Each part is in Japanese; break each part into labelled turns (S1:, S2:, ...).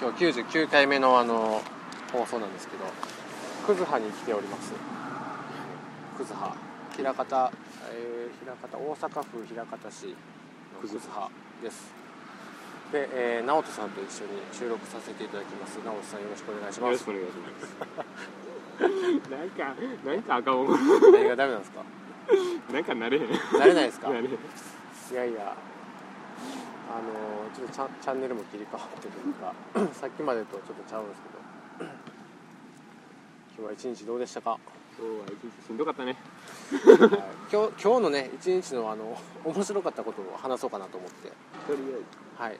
S1: 今日99回目のあの放送なんですけどクズハに来ておりますクズハ平方、えー、平方大阪府平方市のクズハですで、えー、直人さんと一緒に収録させていただきます直人さんよろしくお願いし
S2: よ
S1: ま
S2: ろし
S1: す
S2: くお願いします。なんか、なんか赤も
S1: 何がダメなんですか
S2: なんかなれへん。
S1: 慣れないですか
S2: なれへん。
S1: いやいやあのーちょっとチャチャンネルも切り替わってというか さっきまでとちょっとちゃうんですけど 今日は一日どうでしたか、
S2: 今日は一日しんどかったね。
S1: はい、 今日今日のね一日のあの面白かったことを話そうかなと思って
S2: とり
S1: はい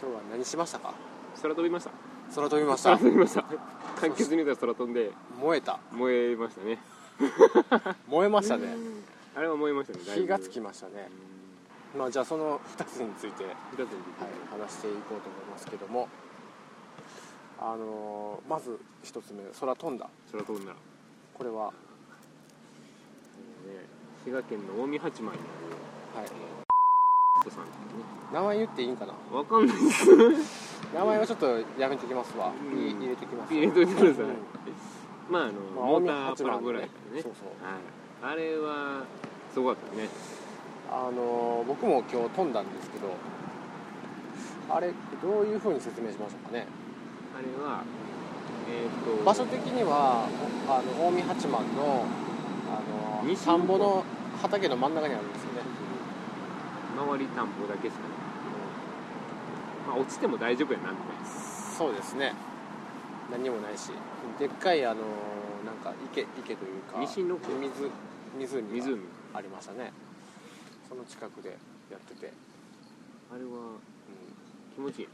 S1: 今日は何しましたか
S2: あえず、空飛びました。
S1: 空飛びまし
S2: 空
S1: た
S2: 飛びました。簡潔に言うと空飛んで、
S1: 燃えた
S2: 燃えましたね。
S1: 燃えましたね
S2: あれは燃えましたね。だいぶ
S1: 火がつきましたねまあじゃあその2つについて
S2: 火がついて
S1: はい、話していこうと思いますけども、あのーまず一つ目空飛んだ
S2: 空飛んだ。ね
S1: これは、は
S2: 滋賀県の近江八幡にある。さんっていうね
S1: い、名前言っていいんかな
S2: わかんないです。
S1: 名前はちょっとやめてきますわ、
S2: うん
S1: い入れてきます
S2: 入れといてくださ
S1: う
S2: い
S1: ん。
S2: まあ、あの、
S1: まあ
S2: モーターパラグライダー
S1: 近江八幡ね
S2: ね
S1: そう。そう
S2: はい。あれは、すごかったね。
S1: あのー僕も今日飛んだんですけどあれどういうふうに説明しましょうかね
S2: あれは、えー、と
S1: 場所的にはあの近江八幡の、あのー
S2: 西
S1: 田
S2: の方
S1: んぼの畑の真ん中にあるんですよね、
S2: 周り田んぼだけしかない、まあ、落ちても大丈夫やなみたいな
S1: そうですね何もないしでっかいあのーなんか池池というか
S2: 西の湖
S1: 水湖が
S2: 湖
S1: ありましたねその近くでやってて、う
S2: あれは
S1: ん、
S2: 気持ちいいね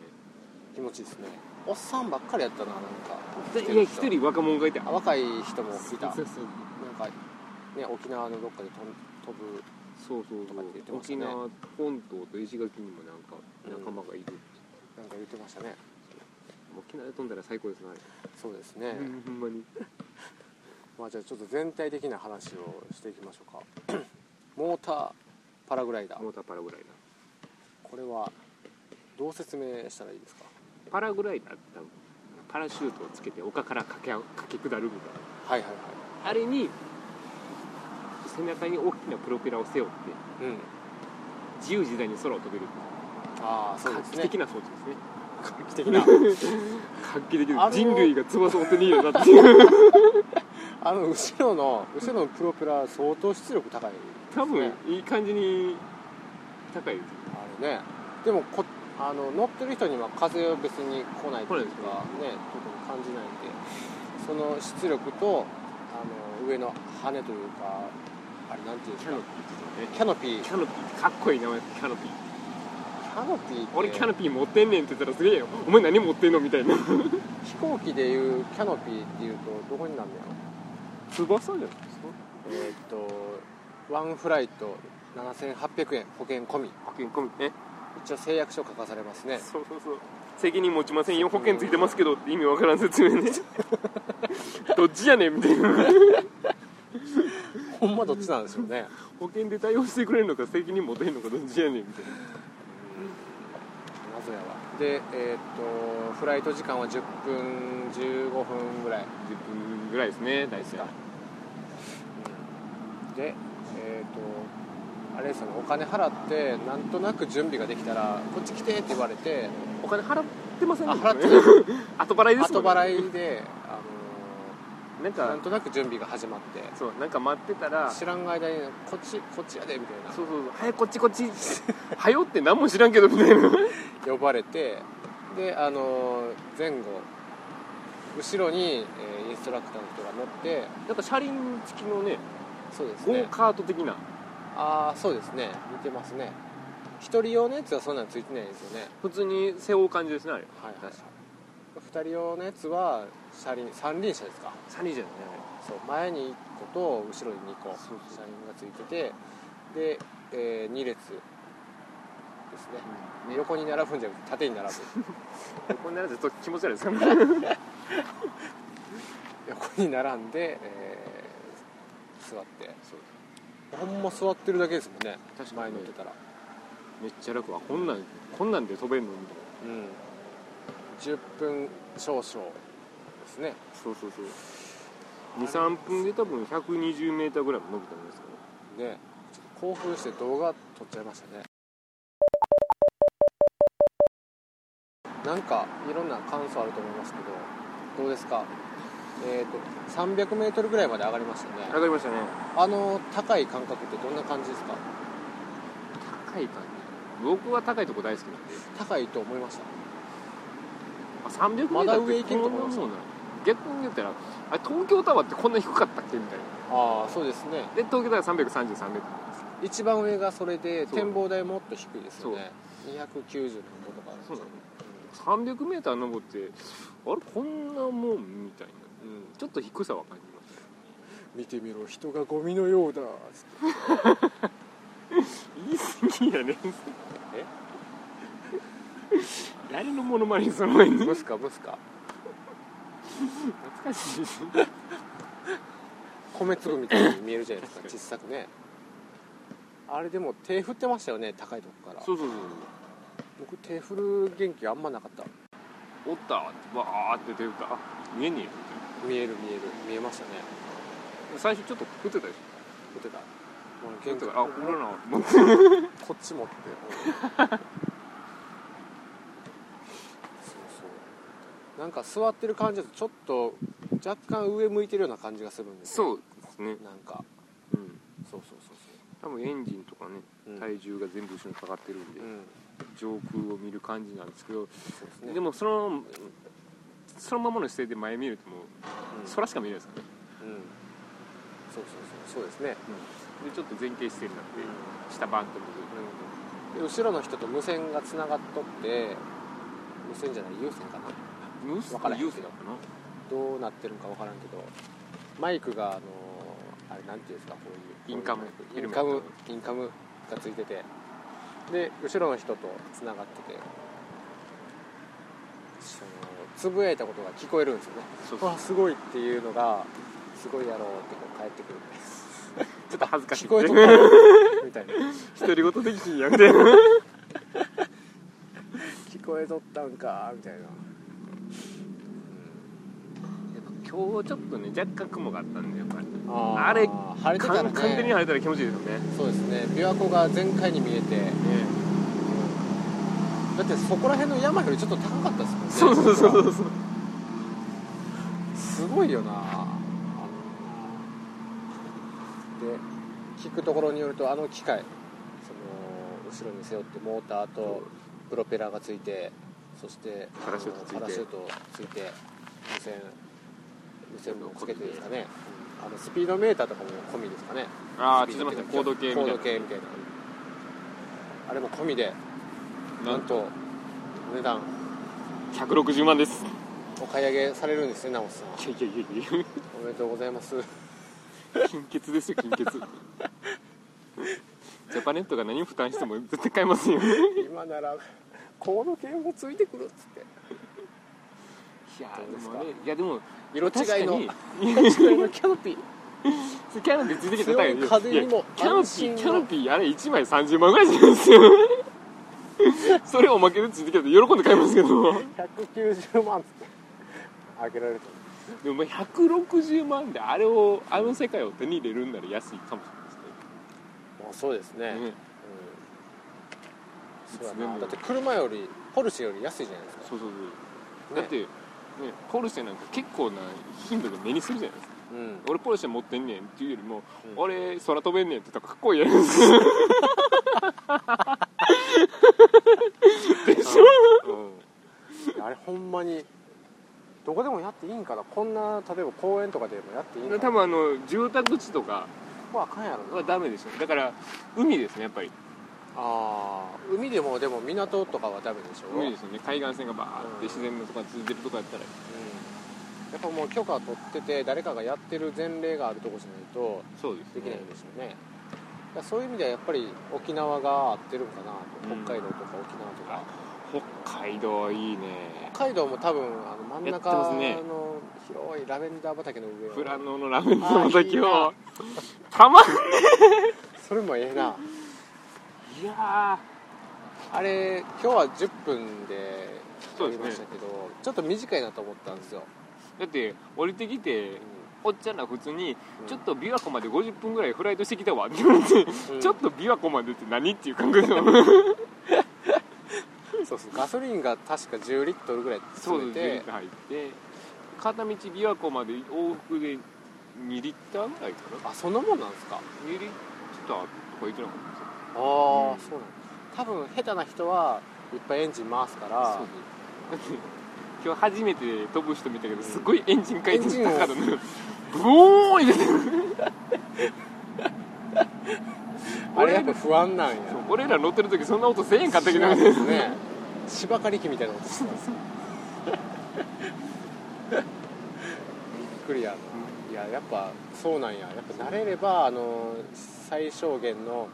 S1: 気持ちいいですねおっさんばっかりやったななんか来て
S2: いや
S1: る人
S2: 一人若者がいた
S1: あ若い人もいたなん
S2: そ
S1: か
S2: うそう
S1: ね沖縄のどっかで飛ん飛ぶ
S2: そうそう
S1: とかって言って
S2: そう
S1: ました
S2: 沖
S1: ね
S2: 縄本島と石垣にもなんか
S1: うん
S2: 仲間がいるって、
S1: なんか言ってましたね
S2: 沖縄で飛んだら最高ですねあ
S1: そうですね
S2: れ、、うんほんまに
S1: まあじゃあちょっと全体的な話をしていきましょうか モーターパラグライダー
S2: モーターパラグライダ
S1: これはどう説明したらいいですか
S2: ーパラグライダーって多分パラシュートをつけて丘から駆けあ駆け下るみたいな
S1: はいはいは
S2: あれに背中に大きなプロペラを背負って
S1: い。うん。
S2: 自由自在に空を飛べる
S1: ああ、そう
S2: 画
S1: で
S2: 期
S1: すね
S2: 的。な装置ですね
S1: 画期的な。
S2: 画期的で
S1: あの
S2: 人類が翼を手に入れたっていう
S1: あの後ろの後ろのプロペラ相当出力高い。
S2: 多分いい感じに高いですよ
S1: あれね。でもこあの乗ってる人には風は別に来ないという
S2: 来
S1: かね特に感じないんで、その出力とあの上の羽というかあれなんていうんで
S2: キ
S1: す
S2: ャ
S1: か
S2: ノピ。ーです
S1: キャ
S2: よね
S1: ノピー。キ
S2: キャノピーってかっこいい名前ですキャノピー
S1: ャノピーって。
S2: 俺キャノピー持ってんねんって言ったらすげえよお前何持ってんのみたいな
S1: 飛行機でいうキャノピーっていうとどこになるんだよ。
S2: 翼じゃないですか
S1: えーっとワンフライト7800円保険込み。
S2: 保険込みね
S1: 一応誓約書書かされますね
S2: そうそうそう責任持ちませんよ保険ついてますけどって意味わからん説明 ねどっちやねんみたいな
S1: ほんまどっちなんでしょうね
S2: 保険で対応してくれるのか責任持てんのかどっちやねんみたいな
S1: 謎やわでえーっとフライト時間は10分15分ぐらい
S2: 10分ぐらいですね大体
S1: でえーっとあれですよねお金払ってなんとなく準備ができたらこっち来てって言われて
S2: お金払ってません
S1: あ
S2: もんね
S1: 払ってる
S2: 後払いですも
S1: 後
S2: んね
S1: 払いで、あ
S2: なん
S1: のーなん
S2: か
S1: となく準備が始まって
S2: そうなんか待ってたら
S1: 知らん間にこっちこっちやでみたいな
S2: そうそうそう早くこっちこっち早よって何も知らんけどみたいな
S1: 呼ばれてであの前後後ろに、えーインストラクターの人が乗って
S2: なんか車輪付きのね
S1: そうです
S2: ゴ
S1: ね
S2: ーカート的な
S1: ああそうですね似てますね一人用のやつはそんなのついてないですよね
S2: 普通に背負う感じですねあれ
S1: はいはい
S2: 確か
S1: 二人用のやつは車輪三輪車ですか
S2: サニーじゃない
S1: そう前に1個と後ろに2個
S2: そうそう
S1: 車輪がついててで、え2列ですね
S2: あ
S1: で横に並ぶんじゃなくて縦に並 ぶ
S2: れこんなやつちょっと気持ち悪い ですからね
S1: 横に並んで、えー座ってほんま座ってるだけですもんね
S2: 確か
S1: 前
S2: に
S1: 乗
S2: ね
S1: ってたら
S2: めっちゃ楽はこんなんこんなんで飛べんのみたい
S1: うん10分少々ですね
S2: そうそうそう23分で多分 120m ぐらいも伸びたんですかね
S1: でちょっと興奮して動画撮っちゃいましたねなんかいろんな感想あると思いますけどどうですかえっ、ー、と 300m ぐらいまで上がりましたね
S2: 上がりましたね
S1: あの高い感覚ってどんな感じですか
S2: 高い感じ僕は高いとこ大好きなんで
S1: 高いと思いました
S2: あ 300m
S1: まだ上行けると思います
S2: そうなの逆に言ったらあれ東京タワーってこんな低かったっけみたいな
S1: ああそうですね
S2: で東京タワー 333m
S1: 一番上がそれで
S2: そう
S1: 展望台もっと低いですよね290のことかあるんです
S2: そう
S1: よ
S2: なの 300m 登ってあれこんなもんみたいな
S1: うん
S2: ちょっと低さは感じまし
S1: 見てみろ人がゴミのようだ
S2: た言い過ぎやねえ誰のモノマネその前に
S1: ブスかブスか
S2: 懐かしい
S1: 米粒みたいに見えるじゃないですか小さくねあれでも手振ってましたよね高いとこから
S2: そうそうそう
S1: 僕手振る元気あんまなかった
S2: おったわーって手打ったあ見えねえよ
S1: 見える見える見えましたね
S2: 最初ちょっと食ってたでし
S1: 振ってたもう
S2: ょ
S1: 元気
S2: 食ってたあ
S1: こ
S2: ほらなもう
S1: っち 持ってそうそうなんか座ってる感じだとちょっと若干上向いてるような感じがするんですよ
S2: そうですね
S1: なんか
S2: うん
S1: そうそうそ
S2: 多分エンジンとかね
S1: うそう、うん、
S2: 体重が全部後ろにかかってるんで、
S1: うん
S2: 上空を見る感じなんですけど、
S1: そうですね
S2: でもそのそのままの姿勢で前見るともう
S1: うん
S2: 空しか見えないですからね、
S1: うんそうそうそうそうですね、
S2: でちょっと前傾姿勢になって、下バンと戻
S1: で後ろの人と無線がつながっとって無線じゃない有線かな
S2: るムース
S1: わからへん
S2: ユースだったな
S1: どうなってるんか分からんけどマイクがあのーあれなんていうんですかこういう
S2: インカム
S1: こう
S2: ヘ
S1: いうイン
S2: ルメ
S1: カ
S2: ッ
S1: ム
S2: ト
S1: インカムがついててで後ろの人とつながっててそのつぶやいたことが聞こえるんですよね
S2: そうそう
S1: わあすごいっていうのがすごいやろうってこう返ってくるんです
S2: ちょっと恥ずかしい
S1: 聞こえとっ
S2: ね
S1: たみたいな
S2: 独り言できひんやみたいな
S1: 聞こえとったんかみたいな、
S2: 今日ちょっとね若干雲があったんでやっぱり
S1: あ
S2: あれ
S1: 晴れてたら
S2: 完
S1: ね
S2: 完全に晴れたら気持ちいいですよねね
S1: そうですね琵琶湖が全開に見えてだってそこら辺の山よりちょっと高かったですもんね
S2: そうそうそうそうそう
S1: すごいよなあので聞くところによるとあの機械その後ろに背負ってモーターとプロペラがついてそして
S2: パラシュートついて
S1: パラシュートついて無線無線もつけてですかねあのスピードメーターとかも込みですかね
S2: ああ
S1: スピ
S2: ついてました
S1: ド
S2: 高度計みたいな
S1: 高度計みたいなあれも込みでなんとお値段
S2: 160万です
S1: お買い上げされるんですね直スさん
S2: いやいやいやい
S1: おめでとうございます
S2: や金欠ですよ金欠 ジャパネットが何を負担しても絶対買えますよね
S1: 今ならコード券もついてくるっつって
S2: いや
S1: どう
S2: で
S1: ですか
S2: もねいやでも
S1: 色違いの
S2: 確か
S1: 色違いのキャノ ピー
S2: にキャノピーついてきたら高いよ
S1: 強い風にも
S2: いやキャノピ
S1: 安心
S2: ー
S1: の
S2: キャノピーあれ1枚30万ぐらいするんですよそれおまけでついてきたら喜んで買いますけど
S1: 190万っつってあげられて
S2: でもまあ160万であれをあの世界を手に入れるんなら安いかもし
S1: もうそうですね
S2: れないですねね
S1: うん、そうやなだって車よりポルシェより安いじゃないですか
S2: そうそうそう
S1: ね
S2: だって、ね、ポルシェなんか結構な頻度で目にするじゃないですか
S1: うん
S2: 俺ポルシェ持ってんねんっていうよりも、
S1: うん
S2: 俺空飛べんねんって言ったらかっこいいやん でしょ
S1: うんあれほんまにどこでもやっていいんかなこんな例えば公園とかでもやっていいんかな
S2: 多分あの住宅地とか
S1: ここはあかんやろな
S2: はダメでしょだから海ですねやっぱり
S1: あー海でもでも港とかはダメでしょ
S2: 海
S1: うん
S2: で、すよね海岸線がバーって自然のとこが続いてるとこやったら
S1: やっぱもう許可取ってて誰かがやってる前例があるとこじゃないと
S2: そうです
S1: で
S2: ね
S1: きないんですよね、だからそういう意味ではやっぱり沖縄が合ってるんかなと、
S2: うん
S1: 北海道とか沖縄とか
S2: 北海道いいね
S1: 北海道も多分あの真ん
S2: やって
S1: 中
S2: ますね
S1: の広いラベンダー畑の上を
S2: 富良野のラーメンの時
S1: あ
S2: をたまん
S1: それもええ ない
S2: や
S1: あれ今日は10分で
S2: そ
S1: あ
S2: うで
S1: り
S2: すね
S1: ましたけど、ちょっと短いなと思ったんですよ、
S2: だって降りてきておっちゃんら普通に
S1: うん
S2: ちょっと琵琶湖まで50分ぐらいフライトしてきたわって言われて、
S1: うん
S2: ちょっと琵琶湖までって何っていう 感覚の
S1: そうそうガソリンが確か10リットルぐらい
S2: そ
S1: 詰
S2: う
S1: め
S2: です
S1: て
S2: ね入って片道琵琶湖まで往復で2リッターぐらいかな
S1: あそんなもんなんですか
S2: 2リッターとか言ってなかったですよ
S1: ああ、そう
S2: うん
S1: なんだ多分下手な人はいっぱいエンジン回すから
S2: そうです今日初めて飛ぶ人見たけどすごいエンジン回転
S1: エンジンを
S2: 高かったのブオーンって
S1: あれやっぱ不安なんや
S2: 俺ら乗ってる時そんな音せえへんかったけど
S1: そうですね芝刈り機みたいなことしてますびっくりやいややっぱそうなんややっぱ慣れればあの最小限の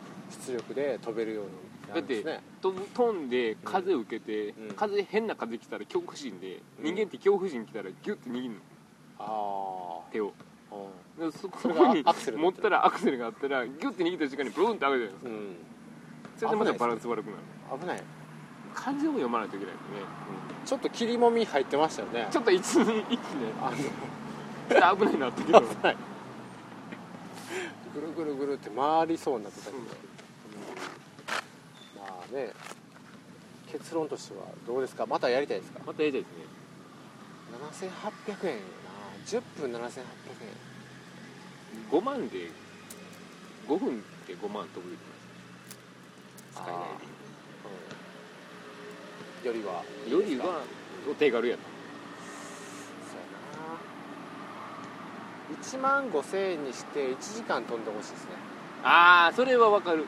S1: 出力で飛べるようになる
S2: だっ
S1: んで
S2: て
S1: すね
S2: 飛ぶ飛んで風受けて、
S1: うん
S2: 風変な風来たら恐怖心で、
S1: うん
S2: 人間って恐怖心来たらギュッて握るの
S1: ああ
S2: 手をでそ
S1: そ
S2: こ
S1: れが
S2: に
S1: アクセルにな
S2: 持っ
S1: ってる
S2: たらアクセルがあったらギュッて握った時間にブーンって上がるじゃないですか
S1: うん
S2: それでまたバランス悪くなる
S1: 危ない
S2: 漢字を読まないといけないよね、
S1: ちょっと霧もみ入ってましたよね
S2: ちょっと一気に一気に
S1: あの
S2: ち ょっと危ないなったけど
S1: 危ないぐるぐるぐるって回りそうになってたけど、
S2: うん
S1: まあね結論としてはどうですかまたやりたいですか
S2: またやりたいですね
S1: 7800円やな10分7800
S2: 5万で5分って5万飛ぶできます使えない
S1: 円、うん、よりは
S2: でよりはお手軽やな
S1: そうやな1万5000円にして1時間飛んでほしいですね、
S2: ああそれはわかるで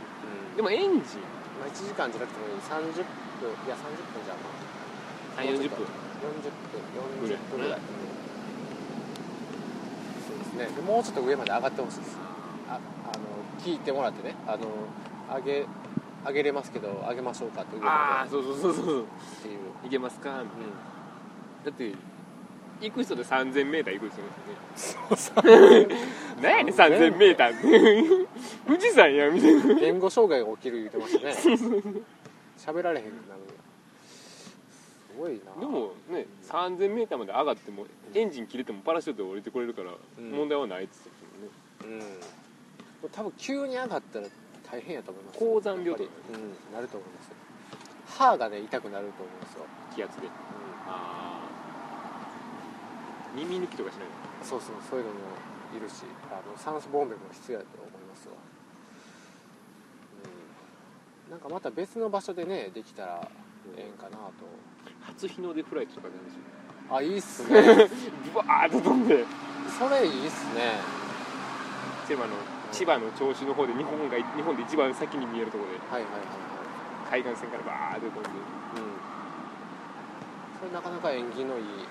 S1: でも、
S2: もエンジン
S1: まあ、1時間じゃなくてもいい30分いや30分じゃん
S2: あ40分
S1: 40分
S2: ぐ
S1: 40分ぐ
S2: らい
S1: らい、そうですねでもうちょっと上まで上がってほしいですああの聞いてもらってねあの上げ上げれますけど上げましょうかって上
S2: あ
S1: ま
S2: あ
S1: で
S2: そうそうそうそう
S1: っていう、
S2: いけますか
S1: うん、
S2: だって行く人で 3000m 行く人
S1: そうさ
S2: ですね何やねん 3000m って 富士山やみたいな
S1: 言語障害が起きる言ってましたね喋られへんくなるすごいな
S2: でもね 3000m まで上がってもエンジン切れてもパラシュートで降りてこれるから
S1: うん
S2: 問題はないっつってたもんね
S1: うん多分急に上がったら大変やと思います
S2: 高山病と
S1: や
S2: か
S1: っぱりうんなると思いますよ歯がね痛くなると思うんですよ、
S2: 気圧でああ耳抜きとかしないの
S1: そうそうそういうのもいるしあの酸素ボンベも必要だと思いますわ、うん、なんかまた別の場所でねできたらええんかなと
S2: 初日の出フライトとかなんでしょ
S1: あいいっす ね
S2: ブワーッと飛んで
S1: それいいっすね
S2: 千葉の千葉の銚子の方で日本が日本で一番先に見えるところで
S1: はいはいはいは
S2: 海岸線からバーッと飛んで
S1: いうんそれなかなか縁起のいいものや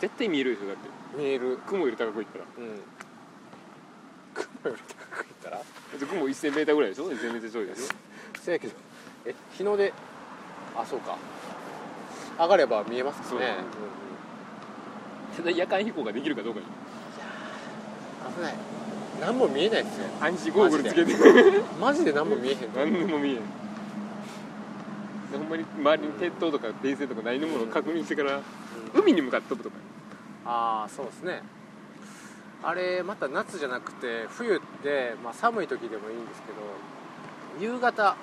S2: 絶対見えるでしょだって
S1: な見える
S2: 雲より高く行ったら
S1: うん雲より高くいったら
S2: 雲 1000m ぐらいでしょ 1000m ちょいでしょ
S1: せやけどえ日の出あそうか上がれば見えます
S2: そう
S1: ね
S2: だね ただ夜間飛行ができるかどうかに
S1: 危ない何も見えないですね
S2: 暗視ゴーグルつけて
S1: マジで何も見えへんの
S2: 何にも見えんでほんまに周りに鉄塔とか電線とかないのものを確認してから海に向かって飛ぶとか
S1: ああそうですねあれまた夏じゃなくて冬って、まあ、寒い時でもいいんですけど夕方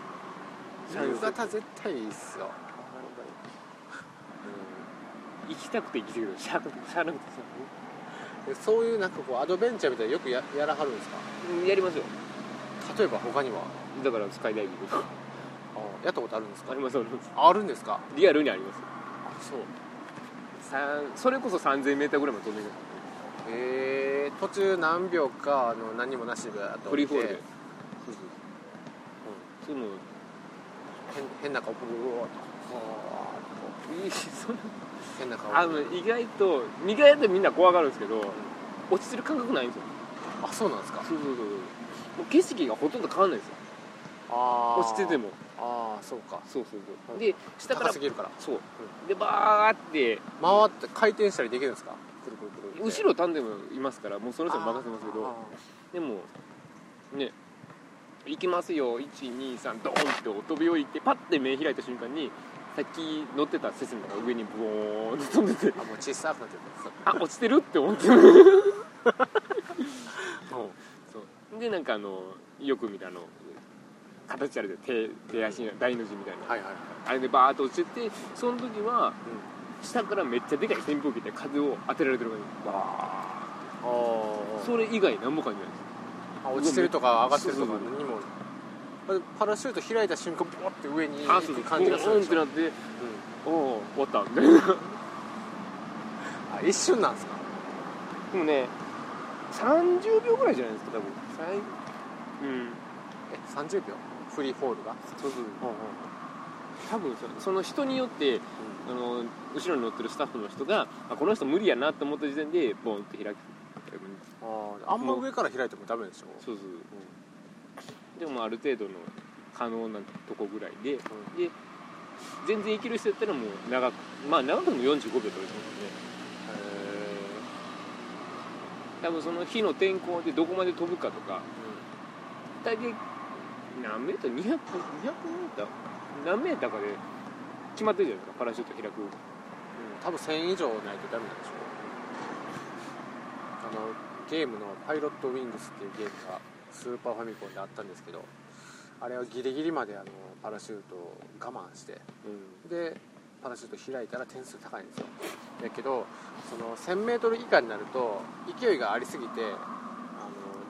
S1: 夕方絶対いいっすよ、
S2: 行きたくて行きたけどしゃあなくてしゃあなくてさ
S1: うんでそういうなんかこうアドベンチャーみたいなのよくややらはるんですか
S2: うんやりましょう
S1: 例えば他には
S2: だからスカイダイビングとか
S1: あやったことあるんですか
S2: ありますあります
S1: ああるんですか
S2: リアルにあります
S1: あそう
S2: さんそれこそ 3000m ぐらいまで飛んでる
S1: へえ途中何秒かあの何もなしでバーッと
S2: フ
S1: 降
S2: リ
S1: り
S2: ー
S1: て
S2: フォールで
S1: そうそう
S2: そういうの
S1: 変変な顔ブーッと
S2: いいそんな
S1: 変な顔
S2: あの意外と意外とみんな怖がるんですけど落ちてる感覚ないんですよ
S1: あそうなんですか
S2: そうそうそうそうもう景色がほとんど変わんないんですよ
S1: あ
S2: 落ちてて
S1: も
S2: も
S1: ああそうか
S2: そうそうそううんで下か
S1: 高
S2: ら
S1: すぎるから
S2: そうでバーって
S1: 回って回転したりできるんですかくるくるくるって
S2: 後ろタンデムいますからもうその人に任せますけ
S1: あ
S2: どでもね行きますよ123ドーンってお飛び降りてパッて目開いた瞬間にさっき乗ってたセスナが上にブオーンって飛ん でて
S1: あもう小さくなってた
S2: あ落ちてるって思ってそうでなんかあのよく見たあの形あるで手手足の大の字みたいな、
S1: はいはいはい、
S2: あれでバーッと落ちててその時は下からめっちゃでかい扇風機で風を当てられてる感
S1: うん、わあ
S2: じ
S1: ー
S2: それ以外何も感じないで
S1: あ落ちてるとか上がってるとか
S2: そうそうそう
S1: 何もあれパラシュート開いた瞬間ボーって上に
S2: すあ
S1: 行
S2: そう
S1: く
S2: 感
S1: 感
S2: じ
S1: じ
S2: が
S1: が
S2: す
S1: す
S2: る
S1: る
S2: ん
S1: でしてょ
S2: っな
S1: う
S2: っておお終わったみたいなん
S1: あ一瞬なんですか
S2: でもね30秒ぐらいじゃないですか多分最う
S1: え
S2: ん
S1: 30秒フリーフォールが
S2: そうそう多分そその人によって
S1: う
S2: あの後ろに乗ってるスタッフの人があこの人無理やなって思った時点でボンって開
S1: ん
S2: く
S1: ああんま上から開いてもダメでしょ
S2: そうそう、でもある程度の可能なとこぐらいでで全然いける人やったらもう長くまあ長くても45秒取れてるもんね多分その日の天候でどこまで飛ぶかとか大体何メートル200 200メーター何メーターかで決まってるじゃないですかパラシュート開く
S1: うん多分1000以上ないとダメなんでしょあのゲームの「パイロットウィングス」っていうゲームがスーパーファミコンであったんですけどあれはギリギリまであのパラシュートを我慢してでパラシュート開いたら点数高いんですよだけどその 1000m 以下になると勢いがありすぎてあの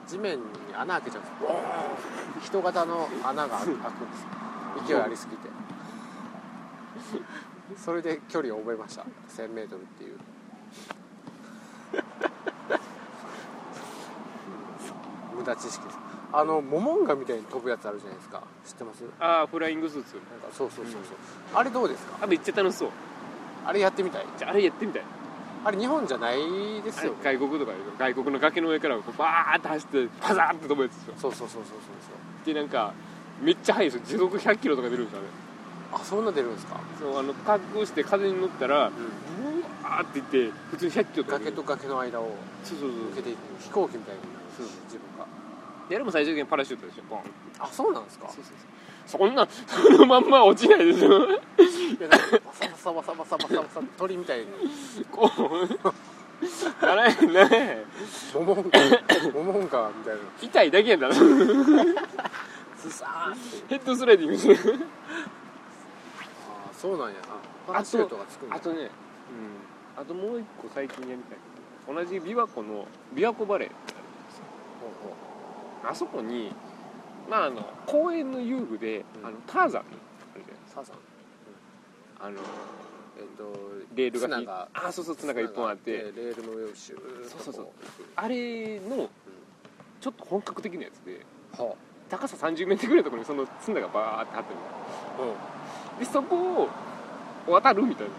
S1: 地面に穴開けちゃうんですよボーン人型の穴が開くんです勢いありすぎてそれで距離を覚えました 1000m っていう無駄知識ですあのモモンガみたいに飛ぶやつあるじゃないですか知ってますなんか
S2: ああフライングスーツ
S1: そうそうそうそう、あれどうですか
S2: あめっちゃ楽しそう
S1: あれやってみたい
S2: じゃああれやってみたい
S1: あれ日本じゃないですよね
S2: 外国とかで外国の崖の上からこうバーッて走ってパザーッて飛ぶやつでしょ
S1: そうそうそうそうそう
S2: でなんかめっちゃ速いですよ時速100キロとか出るんですよね
S1: そうあそんな出るんですか、
S2: そうあの滑空して風に乗ったらブワーっていって普通に100キロとか出
S1: 崖
S2: る
S1: と崖の間を
S2: そうそう
S1: 抜
S2: そ
S1: け
S2: う
S1: ていく飛行機みたいになる
S2: そう
S1: 自分が
S2: であれも最終的にパラシュートでしょボンって
S1: あそうなんですか
S2: そうそうそうそんな そのまんま落ちないでしょ
S1: いやなんかバサバサバサバサバサバサ鳥みたいに
S2: こうならへんならへん
S1: モモンガモモンガみたいな
S2: 痛いだけやんだな
S1: ズサーって
S2: ヘッドスライディングする
S1: ああそうなんやパラシュートがつくんだ
S2: あとね、うん、あともう一個最近やりたい同じ琵琶湖の琵琶湖バレーってあるんですよ
S1: ほうほ
S2: あそこにまああの公園の遊具で、
S1: うん
S2: あのターザンあるじゃないう
S1: サーさん
S2: あの
S1: えっと
S2: レールが
S1: 綱
S2: 引い
S1: が
S2: あそうそう綱が一本あって
S1: レールの上をシューッとこ
S2: そうそうそうあれのちょっと本格的なやつで
S1: は
S2: 高さ3 0メートルぐらいのところにその綱がバーって張ってるのでそこを渡るみたいな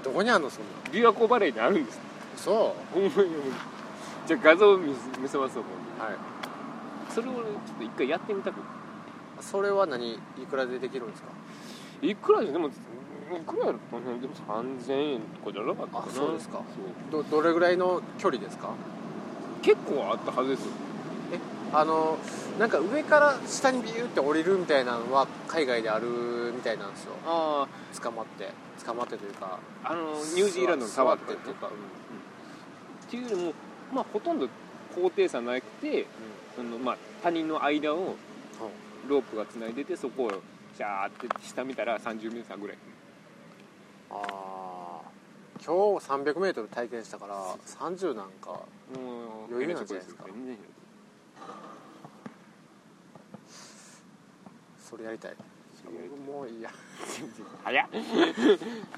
S1: あどこにあんのそんな
S2: 琵琶湖バレーにあるんです
S1: そ
S2: ほんまに思うじゃあ画像を見せ見せますわも
S1: うはいう
S2: それをちょっと一回やってみたくて
S1: それは何いくらでできるんですか
S2: いくらででもいくらやったねでも3000円とかじゃなかったかな
S1: あそうですか
S2: そう
S1: どどれぐらいの距離ですか
S2: 結構あったはずですよ
S1: あのなんか上から下にビューって降りるみたいなのは海外であるみたいなんですよ
S2: あ
S1: 捕まって捕まってというか
S2: ああのニュージーランドのタワーとか
S1: 座っ
S2: ね
S1: てとか、うん
S2: っていうよりもまあほとんど高低差なくてその、まあ、谷の間を
S1: うん
S2: ロープがつないでてそこをシャーって下見たら3 0ーターぐらい
S1: あー今日 300m 体験したから30なんか
S2: もう
S1: 余裕なんじゃないですか
S2: 全然
S1: それやりたいもういいや
S2: 早っ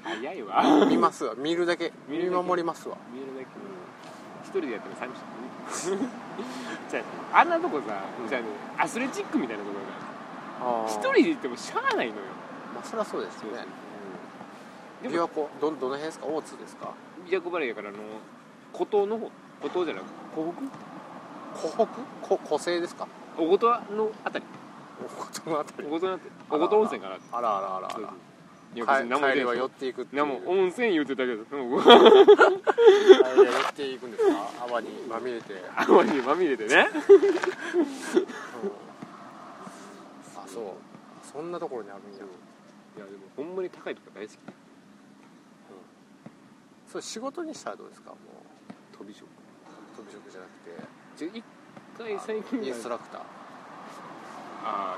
S2: 早いわ
S1: 見ますわ見るだけ
S2: 見るだ
S1: 見
S2: け
S1: 守りますわ
S2: 見えるだけ一人でやっても寂しいねじゃああんなとこさ、じゃあねアスレチックみたいなところ
S1: あ
S2: が一
S1: ー
S2: 人で行ってもしゃあないのよ
S1: まあそりゃそうですよね
S2: で
S1: 琵琶
S2: も
S1: 湖どどの辺ですか大津ですか
S2: 琵琶湖バレーやからあの孤島の方孤島じゃなく湖北
S1: 湖北湖湖西ですか
S2: おごとのあたり
S1: お言葉あたり
S2: おごとのあたりおごと温泉かなって
S1: あらあらあらあ
S2: そうそう
S1: ら
S2: いや別に何も
S1: 帰
S2: 出
S1: りは
S2: な
S1: 寄
S2: いよ
S1: っていくっていう
S2: 何も温泉言うてたけどもう
S1: 帰りは寄っていくんですか泡にまみれて、うん
S2: 泡にまみれてね
S1: あそうそんなところにあるんや
S2: いやでもほんまに高いとか大好き
S1: それ仕事にしたらどうですかも
S2: 飛び職
S1: う飛び職じゃなくて
S2: じゃ一回最近
S1: あのインスト
S2: ラ
S1: ラクター
S2: あ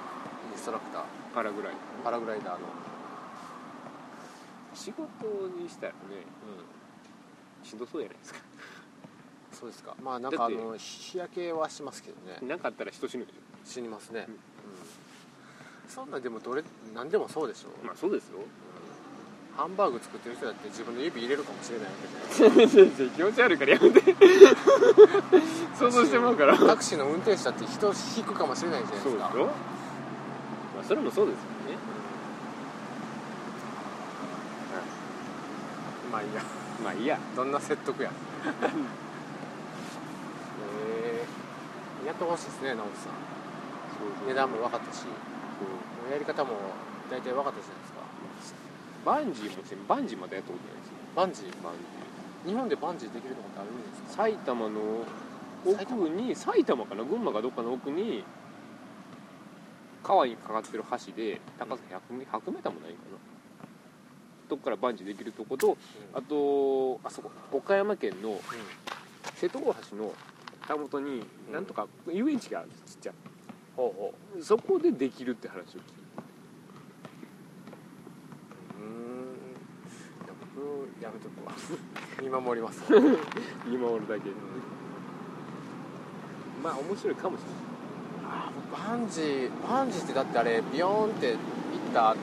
S1: インストラクター
S2: ーパラぐらい
S1: パラグライダーの、
S2: 仕事にしたらねしんどそうじゃないですか
S1: そうですかまあなんかあ
S2: だっ
S1: の日焼けはしますけどね
S2: なかったら人死ぬでし
S1: 死にますね、
S2: う
S1: うんんそんなでもどれ何でもそうでしょ、
S2: ょまあそうです よ
S1: ハンバーグ作ってる人だって自分の指入れるかもしれないわけじゃないですか
S2: 気持ち悪いからや めて想像してもらうから
S1: タクシーの運転手だって人引くかもしれないじゃないで
S2: そう
S1: す
S2: でしょ、
S1: か
S2: まあ、それもそうですよね、
S1: まあいいや
S2: まあいいや
S1: どんな説得やえーやってほしいですね直樹さん値段も分かったしやり方も大体分かったじゃないですか
S2: バンジーもしてバンジーまだやったことないですよ
S1: バンジー
S2: バンジ
S1: 日本でバンジーできるとこってあるんです
S2: ー
S1: か
S2: 埼玉の奥に埼玉かな群馬かどっかの奥に川にかかってる橋で高さ 100, メ100メーターもないかなそこからバンジーできるとことあとあそこ岡山県の
S1: うん
S2: 瀬戸大橋のたもとに
S1: うん
S2: なんとか遊園地があるんですちっちゃい
S1: ほうほ
S2: そこでできるって話を聞いて
S1: ううーんいや僕やめとく わ見守ります
S2: 見守るだけまあ面白いかもしれない
S1: あーバンジーバンジーってだってあれビヨーンって行った後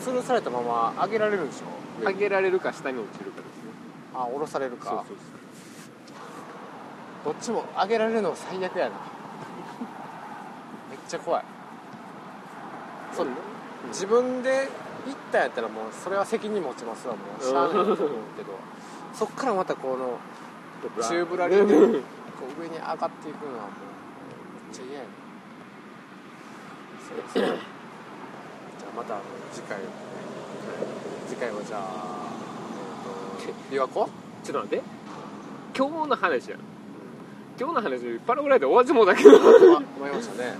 S1: 吊るされたまま上げられるんでしょ
S2: 上げられるか下に落ちるかですね
S1: あ下ろされるか
S2: そうそう
S1: どっちも上げられるのが最悪や なめっちゃ怖い
S2: そ
S1: そうう
S2: ね
S1: 自分で行ったんやったらもうそれは責任持ちますわも うしゃあないと思うけどそっからまたこのチューブ ラリーでこう上に上がっていくのはもうめっちゃ嫌やねそうですねじゃあまたあの次回次回はじゃあえっと琵琶湖
S2: ちょっと待って今日の話やん今日の話パラグライダー終わってもうだけど終
S1: あ思いましたね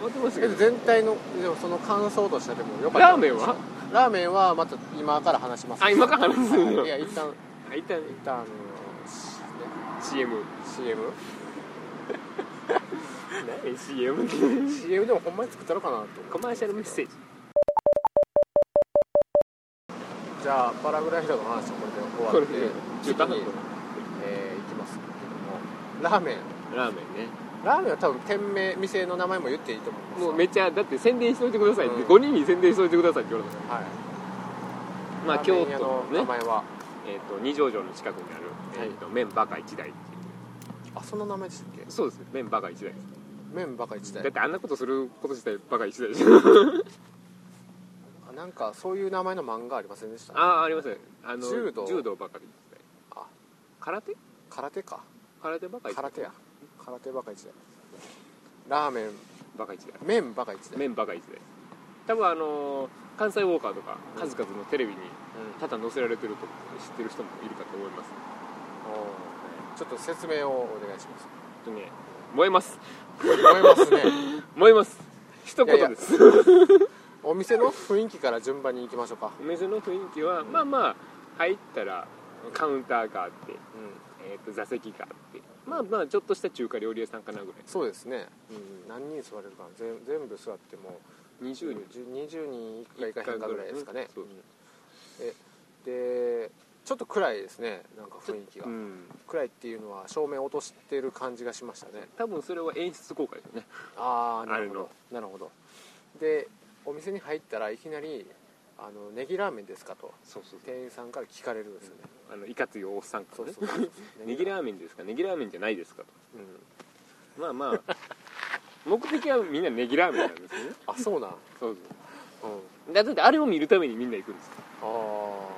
S2: わってます
S1: け
S2: け
S1: ど
S2: ど
S1: 全体のでもその感想としてでもよかった
S2: ラーメンは
S1: ラーメンはまた今から話します
S2: あ今から話すの
S1: はいいや一旦
S2: あいたね
S1: 一旦あ の
S2: CM
S1: CM
S2: 何 CM
S1: CM でもほんまに作ったのかなと思って
S2: コマーシャルメッセージ
S1: じゃあパラグライダーの話はこれで終わって
S2: 中途半端
S1: 次に、えー、いきますけどもラーメン
S2: ラーメンね
S1: ラーメンは多分店名店の名前も言っていいと思うんです
S2: も
S1: よ
S2: うめっちゃだって宣伝しといてくださいって、
S1: うん
S2: 5人に宣伝しといてくださいって言われたか
S1: はい
S2: らまあ
S1: ラー
S2: 京
S1: メン屋
S2: 都
S1: の
S2: の
S1: 名
S2: ね、
S1: 前は、
S2: えー、と二条城の近くにある、えー、と麺バカ一台っていう
S1: あその名前でしたっけ
S2: そうですね麺バカ一台です
S1: 麺ばか一台
S2: だってあんなことすること自体バカ一台でしょ
S1: あなんかそういう名前の漫画ありませんでした
S2: ああーありませんあの
S1: 柔道
S2: 柔道バカ一台
S1: あ
S2: 空手
S1: 空手か
S2: 空手バカ一台
S1: 空手や空手ばか一台ラーメン
S2: バカ一台
S1: 麺ばか一台、
S2: 麺バカ一台多分あのー関西ウォーカーとか数々のテレビに
S1: うん
S2: 多々載せられてると知ってる人もいるかと思います
S1: おーちょっと説明をお願いします
S2: とね燃えます
S1: 思いますね
S2: 燃えます一
S1: いや
S2: 言
S1: いや
S2: です
S1: お店の雰囲気から順番に行きましょうか
S2: お店の雰囲気はまあまあ入ったらカウンターがあって、
S1: うん
S2: えー、と座席があってまあまあちょっとした中華料理屋さんかなぐらい
S1: そうですね、うん、何人座れるかな全全部座っても
S2: 20人
S1: じゅ20人いくかいかへんかぐらいですかね
S2: そう
S1: うんえでちょっと暗いですねなんか雰囲気が、
S2: うん
S1: 暗いっていうのは照明落としてる感じがしましたね
S2: 多分それは演出効果ですよね
S1: ああな
S2: あ
S1: る
S2: れ
S1: ほ
S2: の
S1: どなるほどでお店に入ったらいきなりあのネギラーメンですかと
S2: そうそう
S1: 店員さんから聞かれるんですよね、
S2: あのいかついおっさんか
S1: そ
S2: ら
S1: う
S2: ね
S1: そうそうそう
S2: ネギ
S1: ー
S2: ラーメンですかネギラーメンじゃないですかと
S1: メン、うん、
S2: まあまあ 目的はみんなネギラーメンなんですよね
S1: あそうなん、うん、
S2: そう
S1: あ
S2: そうだだってあれを見るためにみんな行くんですよ
S1: あなるほ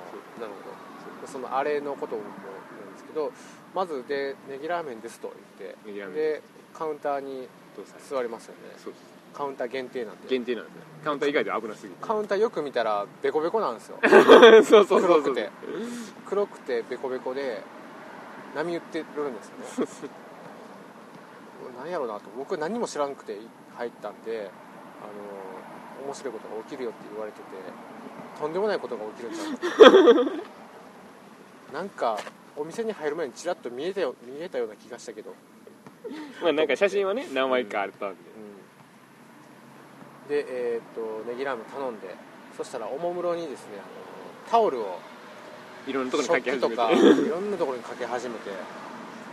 S1: どそのあれのこともなんですけどまずでネギラーメンですと言って
S2: ネギラーメン
S1: でカウンターに
S2: どうされ
S1: 座りますよね
S2: そうそう
S1: カウンター限定なんで
S2: 限定なんですよカウンター以外では危なすぎて
S1: カウンターよく見たらベコベコなんですよ
S2: そうそうそう
S1: 黒
S2: そ
S1: く
S2: う
S1: て黒くてベコベコで波打ってるんですよね何やろうなと僕何も知らんくて入ったんであの面白いことが起きるよって言われててとんでもないことが起きるんじゃないかななんかお店に入る前にちらっと見えたよ見えたような気がしたけど、
S2: まあなんか写真はね何枚かあったんで、
S1: うん、でえーっとネギラーメン頼んでそしたらおもむろにですねあのタオルを
S2: いろんなところに書
S1: 食器
S2: き始
S1: と
S2: めて
S1: かいろんなところにかけ始めて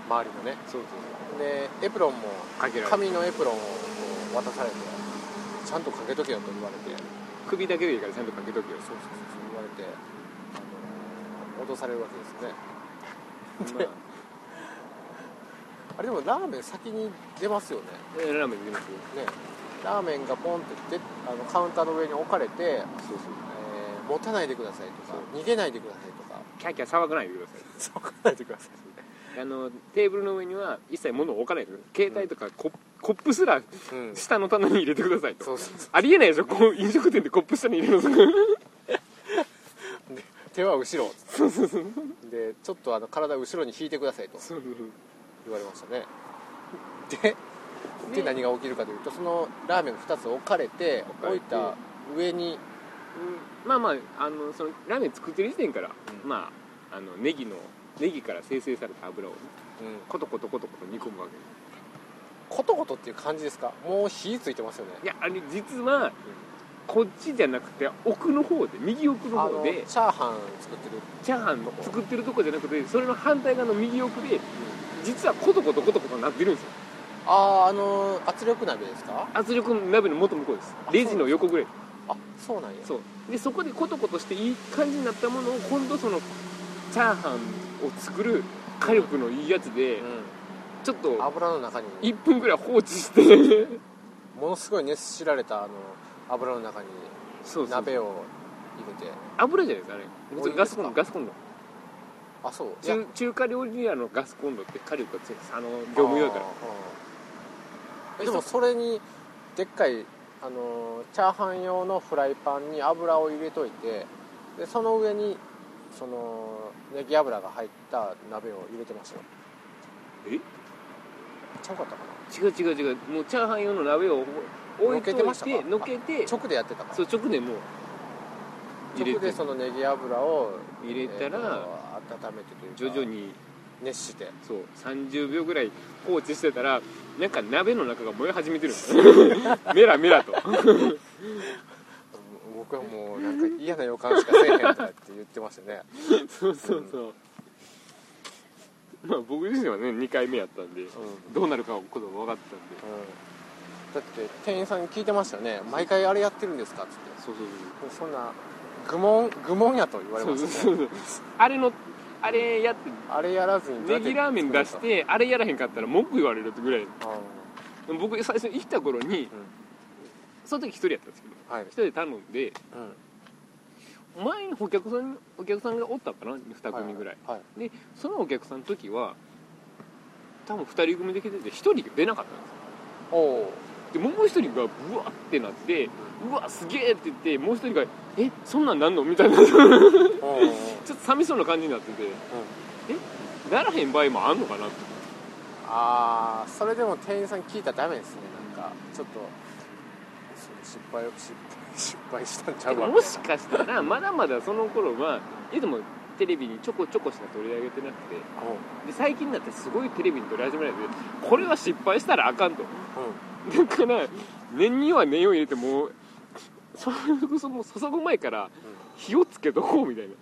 S1: 周りのね
S2: そうそう
S1: でエプロンも
S2: かけられる
S1: 紙のエプロンをこう渡されてちゃんとかけとけよと言われて
S2: 首だけでいいからちゃんとかけとけよ
S1: そうそうそう言われてあの脅されるわけですね
S2: まあ
S1: あれでもラーメン先に出ますよね
S2: えラーメン出ますよ
S1: ねラーメンがポンって出てあのカウンターの上に置かれて、
S2: そうそう
S1: えー持たないでくださいとか逃げないでくださいとか
S2: キャーキャー騒がないでください
S1: そうかないでくださ
S2: あのテーブルの上には一切物を置かないでください携帯とかコ,、コップすら
S1: い、うん、そ
S2: 下の棚に入れてくださいと
S1: うそうそ
S2: ありえないでしょこう飲食店でコップ下に入れるの
S1: うで手は後ろでちょっとあの体を後ろに引いてくださいと
S2: そうそうそう
S1: 言われましたねでで何が起きるかというとそのラーメンが2つ置かれて
S2: 置か
S1: 置い
S2: れて
S1: た上に
S2: うんまあまああのそのラーメン作ってる時点か
S1: う
S2: ら、
S1: ん
S2: まああのネギのネギから生成された油を
S1: うん
S2: コトコトコトコト煮込むわけで
S1: コトコトっていう感じですかもう火ついてますよね
S2: すいやあれ実はこっちじゃなくて奥の方で右奥の
S1: あの
S2: 方
S1: チャ
S2: で
S1: ーハン作ってる
S2: チャーハン作ってるとこじゃなくてそれの反対側の右奥で実はコトコトコトコトなってるんですよ
S1: あああの圧力鍋ですか
S2: 圧力鍋の元向こうです
S1: あ
S2: レジの横ぐらい
S1: あそうなんや
S2: そうでそこでコトコトしていい感じになったものを今度そのチャーハンを作る火力のいいやつで
S1: う
S2: ちょっと
S1: ん、油の中に
S2: 1分ぐらい放置して
S1: ものすごい熱しられたあの油の中に
S2: そうそう
S1: 鍋を入れて
S2: 油じゃないですかね普通にガスコン
S1: お湯
S2: ロガスコンロ
S1: あそういや
S2: 中中華料理屋のガスコンロって火力が強いですあの業務用だ
S1: あ
S2: から
S1: ーうんでもそれにでっかいあのーチャーハン用のフライパンに油を入れといてでその上にそのネギ油が入った鍋を入れてましたよ
S2: え
S1: ちゃうかったかな
S2: 違う違う違うもうチャーハン用の鍋を置いといて
S1: のけてましたか
S2: のけて
S1: 直でやってたから
S2: そう直でもう入れ
S1: 直
S2: て
S1: でそのネギ油を
S2: 入れた
S1: え
S2: ら
S1: ーと温めてというか
S2: 徐々に
S1: 熱して
S2: そう30秒ぐらい放置してたらなんか鍋の中が燃え始 めてるんですメラメラと
S1: うん僕はもうなんか嫌な予感しかせえへんとかって言ってましたね
S2: そうそうそう、まあ僕自身はね2回目やったんで、
S1: ん
S2: どうなるかはことが分かってたんで
S1: うんだって店員さんに聞いてましたよね毎回あれやってるんですかっつって
S2: そうそ
S1: そ
S2: う
S1: んな愚問愚問やと言われ
S2: そ
S1: ま
S2: う
S1: し
S2: そう
S1: た
S2: そうそうあれのあれやって
S1: あれやらずにどうや
S2: ネ
S1: って
S2: ギラーメン出してあれやらへんかったら文句言われるってぐらい
S1: あー
S2: 僕最初行った頃にその時一人やったんですけど
S1: はい
S2: 一人で頼んで
S1: うん
S2: 前にお客さんお客さんがおったかな2組ぐらい、
S1: はい
S2: でそのお客さんの時は多分2人組で来てて1人が出なかったんですよ
S1: おお
S2: でもう1人がブワってなってうわすげえって言ってもう1人が「えそんなんなんの?」みたいなちょっ
S1: ーおー
S2: と寂しそうな感じになっててならへん場合もあんのかなって
S1: ああそれでも店員さん聞いたらダメですねなんかちょっとそう失敗を失敗失敗したんちゃうわ
S2: もしかしたらまだまだその頃はいつもテレビにちょこちょこしか取り上げてなくてで最近になってすごいテレビに取り始められてこれは失敗したらあかんと
S1: うんうん
S2: だから念には念を入れてもうそのその注ぐ前から火をつけとこうみたいな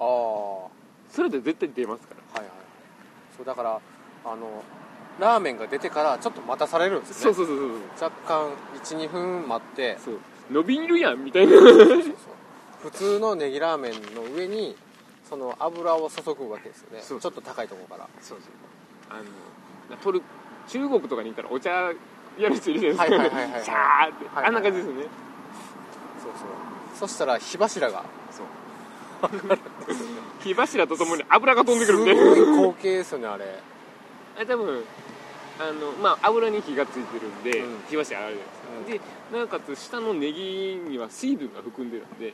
S1: ああは
S2: それで絶対出ますから
S1: いはいそうだからあのラーメンが出てからちょっと待たされるんですね
S2: そうそうそうそう
S1: 若干12分待 って
S2: そう伸びるやんみたいな
S1: 普通のネギラーメンの上にその油を注ぐわけですよねち
S2: そ
S1: ょ
S2: う
S1: っと高いところから
S2: そうそうあのトル中国とかに行ったらお茶やる人いるじゃない
S1: はい
S2: ですか
S1: はいはいはい
S2: シャーって、
S1: はいはい
S2: あんな感じですよね
S1: そうそうそしたら火柱が
S2: そう火柱とともに油が飛んですくる
S1: ご
S2: み
S1: い
S2: たいな
S1: 光景ですよねあれ
S2: あ多分あのまあ油に火がついてるんで、
S1: うん
S2: 火柱あるじゃないですか、でなおかつ下のネギには水分が含んでるんで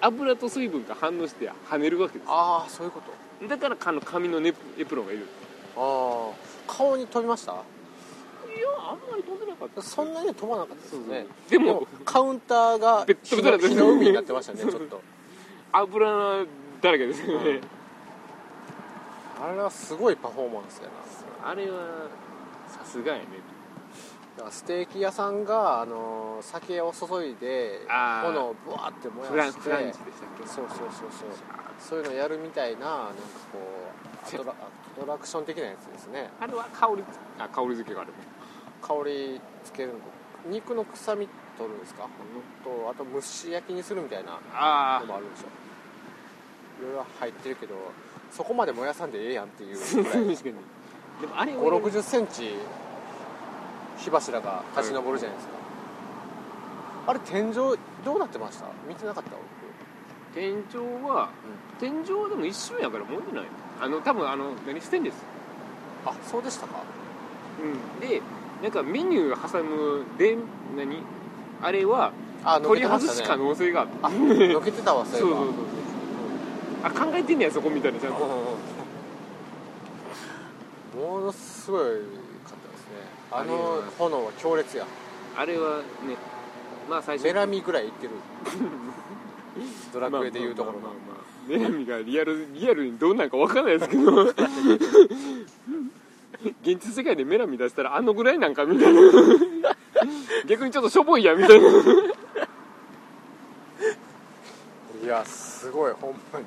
S2: 油と水分が反応して跳ねるわけで
S1: ああそういうこ
S2: すだからあの紙のネエプロンがいる
S1: とああ顔に飛びました
S2: いやあんまり飛んでなかった
S1: そんなに飛ばなかったです
S2: そう
S1: よ
S2: そう
S1: ね
S2: でも
S1: カウンターが
S2: べっと
S1: 火
S2: べとだ
S1: の
S2: った
S1: 火の海になってましたねちょっと
S2: 油だらけですよね、
S1: あれはすごいパフォーマンスやな
S2: あれはさすがやね
S1: だからステーキ屋さんがあの酒を注いで
S2: あー
S1: 炎をブワーって
S2: フ
S1: 燃や
S2: ラン
S1: して
S2: フランチでしたっけ
S1: そうそうそうそうそういうのやるみたいななんかこうアトラアトラクション的なやつですね
S2: あれは香りあ香り付けがあるね
S1: 香りつけるのと肉の臭み取るんですかとあと蒸し焼きにするみたいな
S2: あ
S1: のもあるんでしょいろいろ入ってるけどそこまで燃やさんでええやんっていう
S2: 確
S1: ぐ
S2: からに
S1: い
S2: でもあれ
S1: 5
S2: を
S1: 6 0センチ火柱が立ち上るじゃないですか、あれ天井どうなってました見てなかった
S2: 天井は、天井でも一瞬やから燃えてないあの多分あの何ステンレス
S1: 僕あそうでしたか
S2: うんでなんかメニュー挟むで何あれは
S1: あ
S2: 取り外す可能性があって
S1: あ抜けてたわ
S2: そ
S1: そううい
S2: そう
S1: えば
S2: そうそうあ考えてんねやそこみたいなちゃんと
S1: うんものすごいかったですねあの
S2: あれは
S1: 炎は強烈や
S2: あれはねまあ最初
S1: メラミぐらいいってるドラクエでいうところの
S2: まあまあまあまあまあメラミがリアルリアルにどうなんかわかんないですけど現実世界でメラミ出したらあのぐらいなんかみたいな逆にちょっとしょぼいやみたいない
S1: やすごいほんまに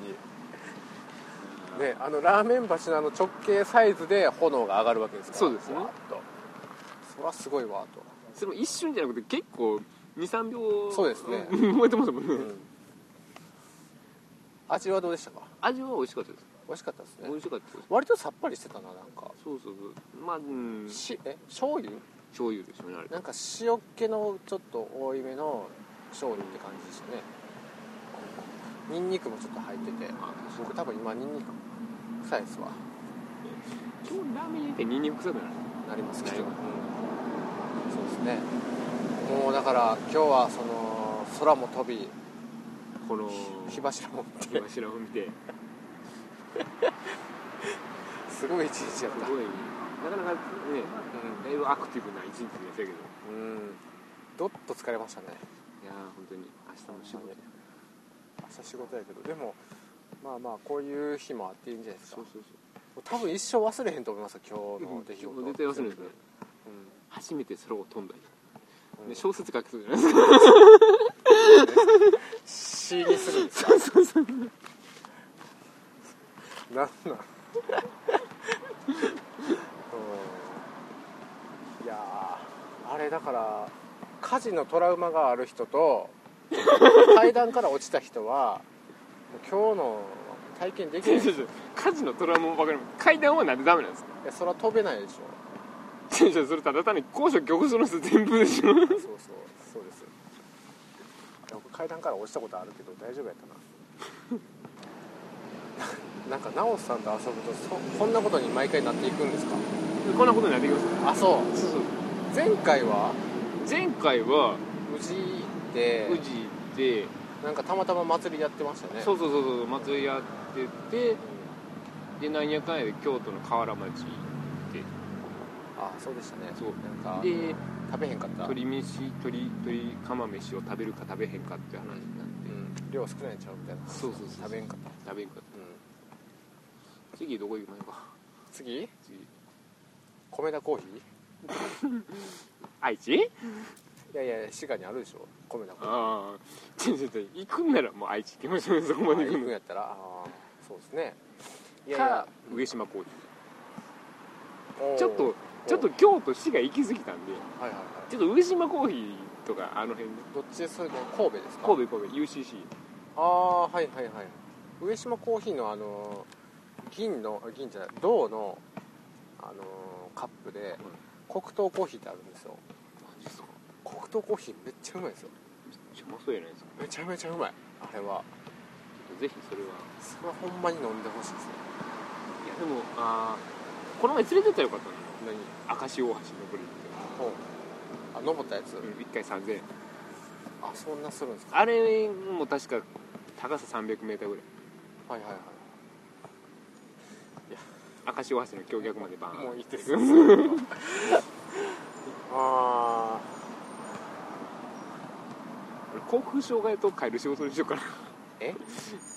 S1: ねあのラーメン橋のあの直径サイズで炎が上がるわけですから
S2: そうですね
S1: わーっとそらすごいわーと
S2: それも一瞬じゃなくて結構23秒
S1: そうですね
S2: ん燃えてますもんね、
S1: うん味はどうでしたか
S2: 味は美味しかったです
S1: 美味しかったです
S2: 美
S1: ね
S2: 味しかったです
S1: 割とさっぱりしてたななんか
S2: そうそうそうまあ、うん、
S1: しえ醤油
S2: 醤油でしょうねあれ
S1: なんか塩気のちょっと多いめの醤油って感じでしたねニンニクもちょっと入ってて
S2: あそう
S1: 僕多分今ニンニク臭いですわ
S2: 今日ラーメン入れてニンニク臭くなる
S1: なりますけど、
S2: な
S1: う
S2: り
S1: ん
S2: ま、
S1: そうですねもうだから今日はその空も飛び
S2: この
S1: 火柱もっ
S2: 火
S1: て
S2: 柱を見て
S1: すごい一日やっ
S2: す
S1: た
S2: ごいなかなかねだいぶアクティブな一日でしたけどい
S1: うん、うん、どっと疲れましたね
S2: やー本当に明日も仕事です
S1: 明日仕事やけどでもまあまあこういう日もあっていいんじゃないですか
S2: そうそう
S1: 多分一生忘れへんと思いますよ今
S2: そう
S1: 日の出来事
S2: 絶対忘れないですね
S1: うん
S2: 初めて空を飛んだり、
S1: うん
S2: ね小説書きそうじゃないですか
S1: 詩にするんですかなんなんうんいやーあれだから火事のトラウマがある人と階段から落ちた人はもう今日の体験できないい
S2: そうそう火事のトラウマも分かります階段はなんでダメなんですか
S1: やそれは飛べないでしょ
S2: 違う違うそれただ単に高所恐怖症の人全部でしょ
S1: そうそうそうですよいや僕階段から落ちたことあるけど大丈夫やったなななんか奈緒さんと遊ぶとそこんなことに毎回なっていくんですか
S2: こんなことになってきます
S1: あそう
S2: そうそう
S1: 前回は
S2: 前回は
S1: 宇治で
S2: 宇治で、
S1: なんかたまたま祭りやってましたね
S2: そううそうそうそう祭りやっててでなんやかんやで京都の河原町行って
S1: あそうでしたね
S2: そう
S1: なんか
S2: で
S1: 食べへんかった
S2: 鶏飯鶏鶏釜飯を食べるか食べへんかって話になっ
S1: う
S2: て、
S1: ん、量少ないんちゃうみたいな
S2: そうそうそう
S1: 食べへんかった、
S2: 食べへんかっ
S1: うん、
S2: た次どこ行きましょうか
S1: 次
S2: 次
S1: 米田コーヒーい
S2: 愛知
S1: やいやいや滋賀にあるでしょ米田コーヒー
S2: ああちょちょちょ行くんならもう愛知行きましょうそこまで
S1: あ行
S2: 行く
S1: くん
S2: の
S1: やったらああそうですねいやいや
S2: か上島コーヒ
S1: おー
S2: ーちょっ
S1: おー
S2: とちょっと京都市が行き過ぎたんで
S1: はいはいは
S2: ちょっと上島コーヒーとかあの辺で
S1: いどっちでそれで神戸ですか
S2: 神戸神戸 UCC
S1: ああはいはいはい上島コーヒーのあのー銀のあ銀じゃない銅のあのーカップで黒糖コーヒーってあるんですよ
S2: マジっすか
S1: 黒糖コーヒーめっちゃうまいですよ
S2: めっちゃうまそうやないですか
S1: めちゃめちゃうまいあれは
S2: ぜひそれは
S1: それはほんまに飲んでほしいですね
S2: いやでもあーこの前連れてったらよかったの
S1: 何
S2: よ明石大橋登り
S1: ほうあ登ったやつ、
S2: に1回3000円
S1: あそんなするんですか
S2: あれも確か高さ 300m ぐらい
S1: はいはいは
S2: 明石大橋の橋脚までバーン
S1: いもういいですあ
S2: うん
S1: あ
S2: 俺航空障害と帰る仕事にしようかな
S1: え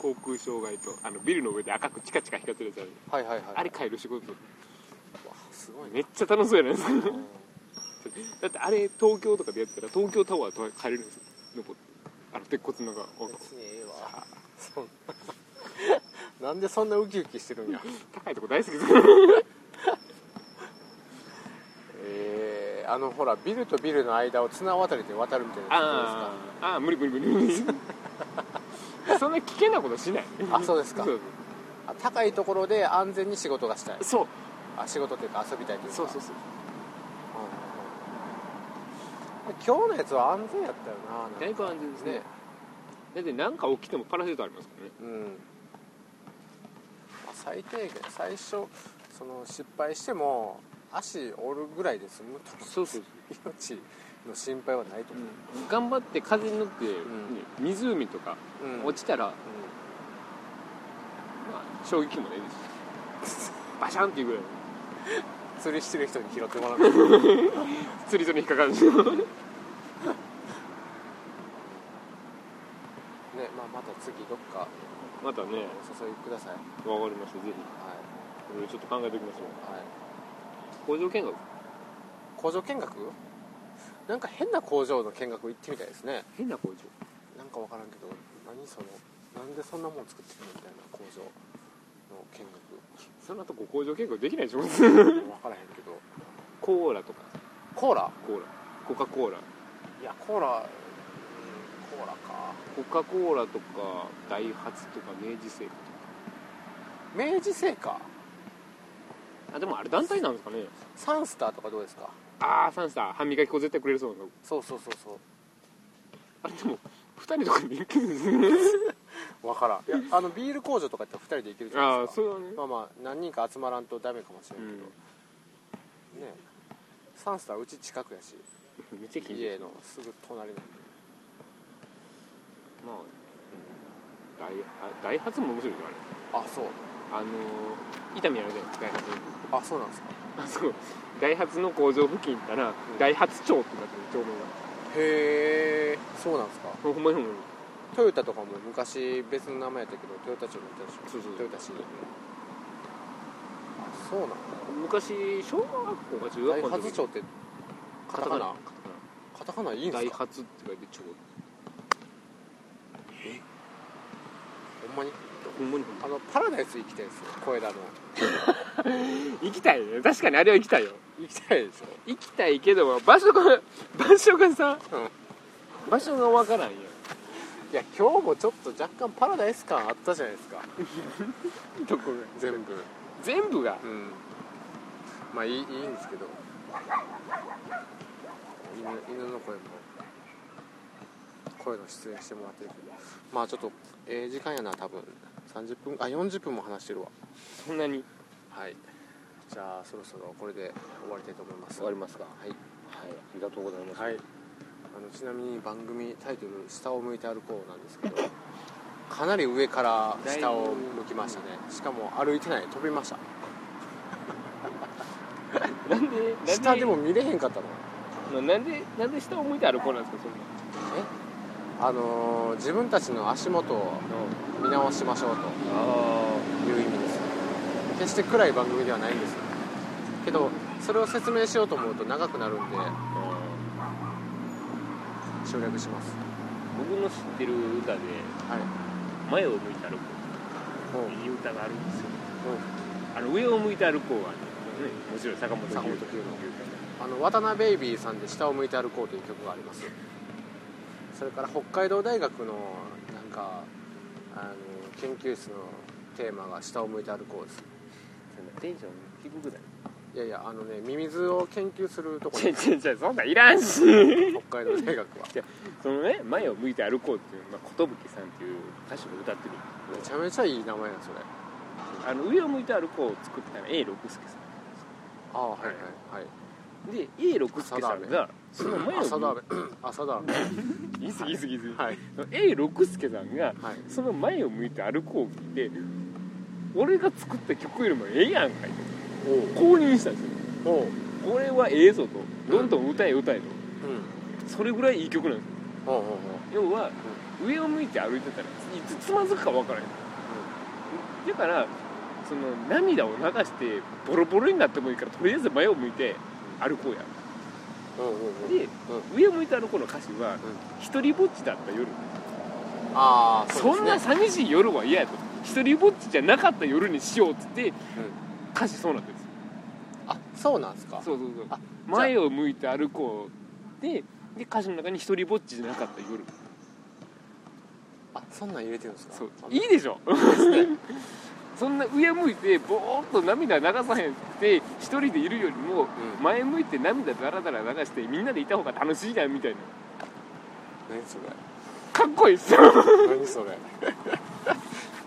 S2: 航空障害とあのビルの上で赤くチカチカ光ってるやつある
S1: はいはいはい
S2: あれ帰る仕事
S1: わすごい
S2: め
S1: ね
S2: っちゃ楽しそうやないですか
S1: うん
S2: だってあれ東京とかでやったら東京タワーと帰れるんですよ登ってあの鉄骨のが
S1: 別にええわそんななんでそんなウキウキしてるんや
S2: 高いとこ大好きです
S1: えー、あのほらビルとビルの間を綱渡りで渡るみたいなや
S2: あーあー無理無理無理無理そんな危険なことしない
S1: あそうですか
S2: そ
S1: つ
S2: う
S1: ですかあ高いところで安全に仕事がしたい
S2: そう
S1: あ仕事っていうか遊びたいというか
S2: そうそうそう
S1: うん今日のやつは安全やったよななんか
S2: だいぶ安全ですねだって何か起きてもパラシュートありますからね
S1: うんまあ最低限最初その失敗しても足折るぐらいで済むと
S2: そうそう
S1: 命の心配はないと思う、
S2: 頑張って風に乗って、ね
S1: ん
S2: 湖とか
S1: うん
S2: 落ちたら、
S1: う
S2: まあ、衝撃もねえですしバシャンっていうぐらい
S1: ん釣りしてる人に拾ってもらう
S2: 釣り竿に引っかかるんですよ
S1: ね、まあ、また次どっか
S2: またね
S1: お誘いください
S2: わかりましたぜひ
S1: はい、
S2: いろいろちょっと考えておきましょう
S1: はい、
S2: 工場見学
S1: 工場見学なんか変な工場の見学行ってみたいですね
S2: 変な工場
S1: なんか分からんけど何そのなんでそんなもん作ってるのみたいな工場の見学
S2: その後こ工場見学できないでしょ
S1: 分からへんけど
S2: コーラとか
S1: コーラ
S2: コーラコカ・コーラ
S1: いやコーラ、うん、コーラか
S2: コカ・コーラとかダイハツとか明治製菓と
S1: 明治製菓
S2: かあでもあれ団体なんですかね
S1: サンスターとかどうですか
S2: ああサンスター歯磨き粉絶対くれるそうなの
S1: そうそうそうそ
S2: あれでも2人とかで行けるんですね
S1: う分からんいやあのビール工場とかやったら2人で行けるじゃない
S2: あ
S1: で
S2: あ
S1: す
S2: そ
S1: か
S2: れはね
S1: まあまあ何人か集まらんとダメかもしれ
S2: うんん
S1: けど、ねサンスターうち近くやし
S2: めっちゃ近
S1: 家
S2: い
S1: のすぐ隣なんで
S2: まあダイハダイハツも面白いですよあれ
S1: あそう
S2: あのー、伊丹にあるじゃないですかダイハ
S1: あ
S2: ツ
S1: そうなんですか
S2: あそこダイハツの工場付近行ったら、ダイハツ町ってなってる町名が
S1: へえそうなんですか
S2: ほんまにほんまに
S1: トヨタとかも昔別の名前やったけどトヨタ庁になったでしょ
S2: そうそうそう
S1: トヨタ市にあそうなんだ
S2: 昔小学校か中
S1: 大
S2: 学校
S1: 発
S2: 時
S1: 町ってカタカナカタカナいいん
S2: ダ
S1: で
S2: イ
S1: すか
S2: ハツって書いて町
S1: ほんまに
S2: ほんまに
S1: あのパラダイス行きたいですよ小枝の
S2: 行きたいね確かにあれは行きたいよ
S1: 行きたいでし
S2: 行きたいけど場所が 場所がさ
S1: ょ、うん、
S2: 場所がわからんよ
S1: いや今日もちょっと若干パラダイス感あったじゃないですか
S2: どこが
S1: 全部
S2: 全部が
S1: うんまあいいいいんですけど犬犬の声も声の出演してもらってるけどまあちょっとええ時間やな多分30分あ40分も話してるわ
S2: そんなに
S1: はいじゃあそろそろこれで終わりたいと思います
S2: 終わりますか
S1: はい、
S2: はいありがとうございま
S1: はい、あのちなみに番組タイトル「下を向いて歩こう」なんですけどかなり上から下を向きましたねしかも歩いてない飛びました
S2: なんでなん
S1: 下でも見れへんかったの
S2: なんでなんで下を向いて歩こうなんですかそんな
S1: あのー自分たちの足元を見直しましょう
S2: あ
S1: という意味です決して暗い番組ではないんですけどそれを説明しようと思うと長くなるんで
S2: あ
S1: 省略します
S2: 僕の知ってる歌
S1: は
S2: で
S1: い
S2: 「前を向いて歩こ
S1: もう
S2: う」っていう歌があるんですよ
S1: もう
S2: あの上を向いて歩こうはねもちろん坂本
S1: 坂
S2: 九
S1: 本
S2: の
S1: 九のあの渡辺ベイビーさんで「下を向いて歩こう」という曲がありますそれから北海道大学のなんかあの研究室のテーマが「下を向いて歩こう」です
S2: そんなテンション低く ない
S1: いやいやあのねミミズを研究するところ
S2: ち
S1: で
S2: ょ
S1: す
S2: ちょちょそんなんいらんし
S1: 北海道大学は
S2: そのね前を向いて歩こうっていう、まあ、寿さんっていう歌手が歌ってる
S1: めちゃめちゃいい名前やそれ
S2: あの上を向いて歩こうを作ったのは A 六輔さ
S1: ああはいは
S2: いはいい
S1: はい
S2: んで A 六輔さんがその前を
S1: 朝だ
S2: 向
S1: べ 朝だ べ
S2: いて言い過ぎ言い過ぎ言い過
S1: はい
S2: ぎ A 六輔さんが
S1: はい
S2: その前を向いて歩こうを聞いて俺が作った曲よりもええやんかいと公認したんですよ
S1: おおう
S2: これはええぞとどんどん歌え歌えと
S1: うん
S2: それぐらいいい曲なんです
S1: おうおうおう
S2: よ要は上を向いて歩いてたらいつつまずくか分からへんだからその涙を流してボロボロになってもいいからとりあえず前を向いて歩こうや
S1: うんうんうん
S2: で
S1: うん
S2: 上を向いて歩こうの歌詞は一人ぼっちだった夜
S1: ああ
S2: そんな寂しい夜は嫌やと一人ぼっちじゃなかった夜にしようっつって歌詞そうなんです
S1: あそうなんですか
S2: そうそうそう
S1: あ
S2: 前を向いて歩こうでで歌詞の中に一人ぼっちじゃなかった夜
S1: あそんなん入れてるんですか
S2: そう
S1: あ
S2: いいでしょ
S1: ですね
S2: そんな上向いてボーっと涙流さへんって一人でいるよりも
S1: うん
S2: 前向いて涙だらだら流してみんなでいた方が楽しいなみたいな
S1: 何それ
S2: かっこいいっすよ
S1: 何それ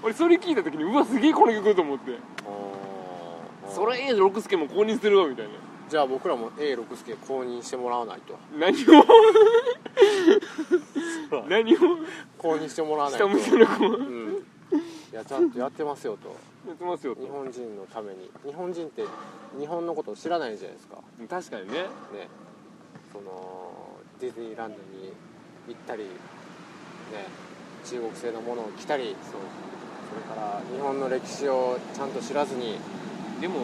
S2: 俺それ聞いた時にうわすげえこの曲と思って
S1: おー
S2: それ A 六輔も公認するわみたいな
S1: じゃあ僕らも A 六輔公認してもらわないと
S2: 何を何を
S1: 公認してもらわない
S2: 下
S1: と
S2: 向きの子
S1: う
S2: や
S1: んいやちゃんとやってますよと
S2: ってますよ
S1: 日
S2: と
S1: 本人のために日本人って日本のことを知らないじゃないですか
S2: 確かにね
S1: ねそのディズニーランドに行ったりね中国製のものを着たり
S2: そう
S1: それから日本の歴史をちゃんと知らずに
S2: でも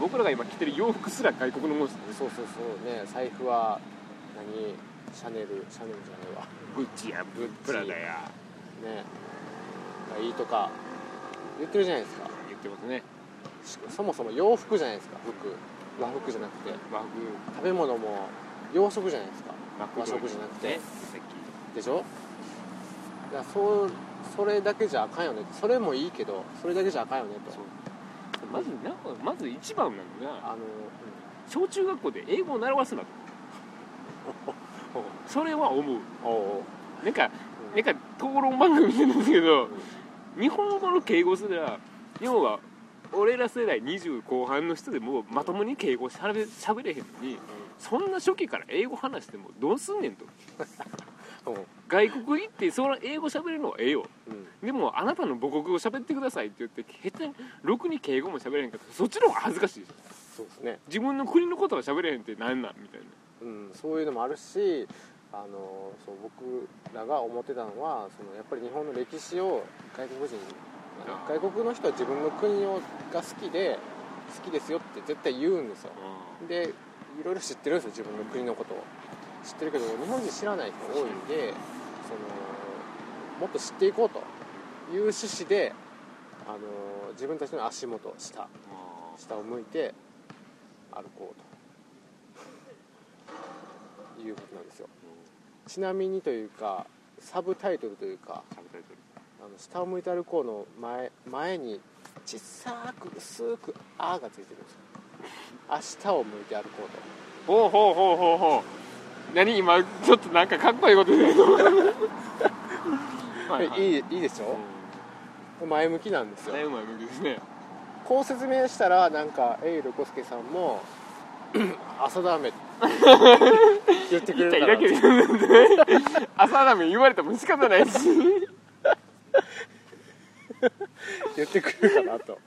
S2: 僕らが今着てる洋服すら外国のものですね
S1: そうそうそうね財布は何シャネルシャネルじゃないわ
S2: グッチやブップラダや
S1: ねがいいとか言ってるじゃないですか
S2: 言ってますね
S1: しそもそも洋服じゃないですか服和服じゃなくて
S2: 和風
S1: 食べ物も洋食じゃないですか和食じゃなくて
S2: ねさっき
S1: でしょだからそうそれだけじゃあかんよねそれもいいけどそれだけじゃあかんよね
S2: そ
S1: と
S2: うまずなまず一番なの
S1: あ
S2: が
S1: の、うん
S2: 小中学校で英語を習わすなとそれは思う
S1: おうおう
S2: なんか
S1: うん
S2: なんか討論番組みたいなんですけど日本語の敬語すら要は俺ら世代20後半の人でもまともに敬語しゃべしゃべれへんのにそんな初期から英語話してもどうすんねんと
S1: おう
S2: 外国行ってそら英語しゃべるのはええよ
S1: うん
S2: でもあなたの母国語喋ってくださいって言って下手にろくに敬語も喋れへんかったらそっちの方が恥ずかしいでしょ
S1: そうですね、
S2: 自分の国のことは喋れへんってなんなんみたいな
S1: うん、そういうのもあるしあのそう僕らが思ってたのはそのやっぱり日本の歴史を外国人に
S2: あ
S1: 外国の人は自分の国をが好きで好きですよって絶対言うんですよでいろいろ知ってるんですよ自分の国のことを知ってるけど日本人知らない人多いんでそのもっと知っていこうという趣旨であの自分たちの足元下下を向いて歩こうということなんですよちなみにというかサブタイトルというか
S2: サブタイトル
S1: 「あの下を向いて歩こう」の前前に小さく薄く「あ」がついてるんですよ明日を向いて歩こうと
S2: ほうほうほうほうほう何今ちょっとなんかかっこいいこと言うの は
S1: えいいいいでしょ前向きなんです
S2: だい
S1: よ
S2: ぶ前向きですね
S1: こう説明したらなんかエイルコスケさん も朝ダメって言ってく
S2: 言
S1: れ
S2: ったら
S1: る
S2: だ
S1: か
S2: け
S1: ら
S2: で朝ラーメン言われても仕 方ないし
S1: 言ってくれるかなと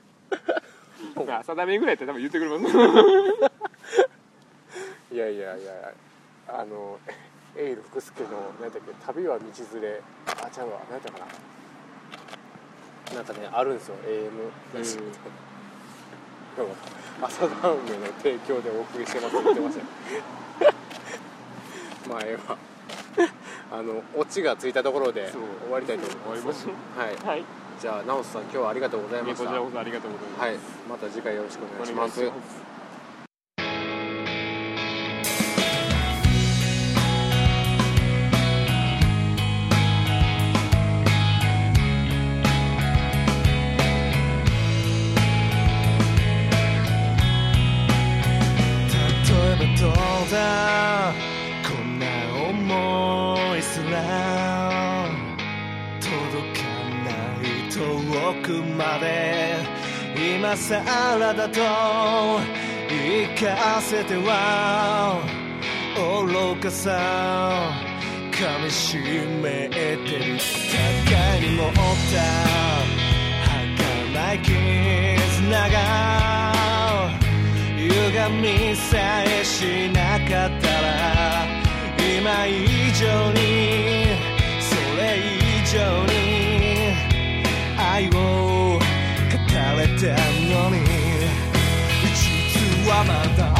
S2: 朝ラーメンぐらいやったら多分言ってくれます
S1: いやいやいやあの エイル福助の何だっけ旅は道連れあちゃうわ何だったかななんかねあるんですよ AM らしくて、今日は朝ダウンの提供でお送りしてますって言ってましたよ まあええわあのオチがついたところで
S2: そう
S1: 終わりたいと思います
S2: 終わり
S1: はい
S2: はい
S1: じゃあ直人さん今日はありがとうございま
S2: こ
S1: した
S2: ちらこそありがとうございます
S1: はいまた次回よろしくお願いします
S2: お願いします
S3: 例えばどうだこんな思いすら届かない遠くまで今さらだと言い聞かせては愚かさ噛みしめてる互いに持った儚い絆が歪みさえしなかったら今以上にそれ以上に愛を語れたのに実はまだ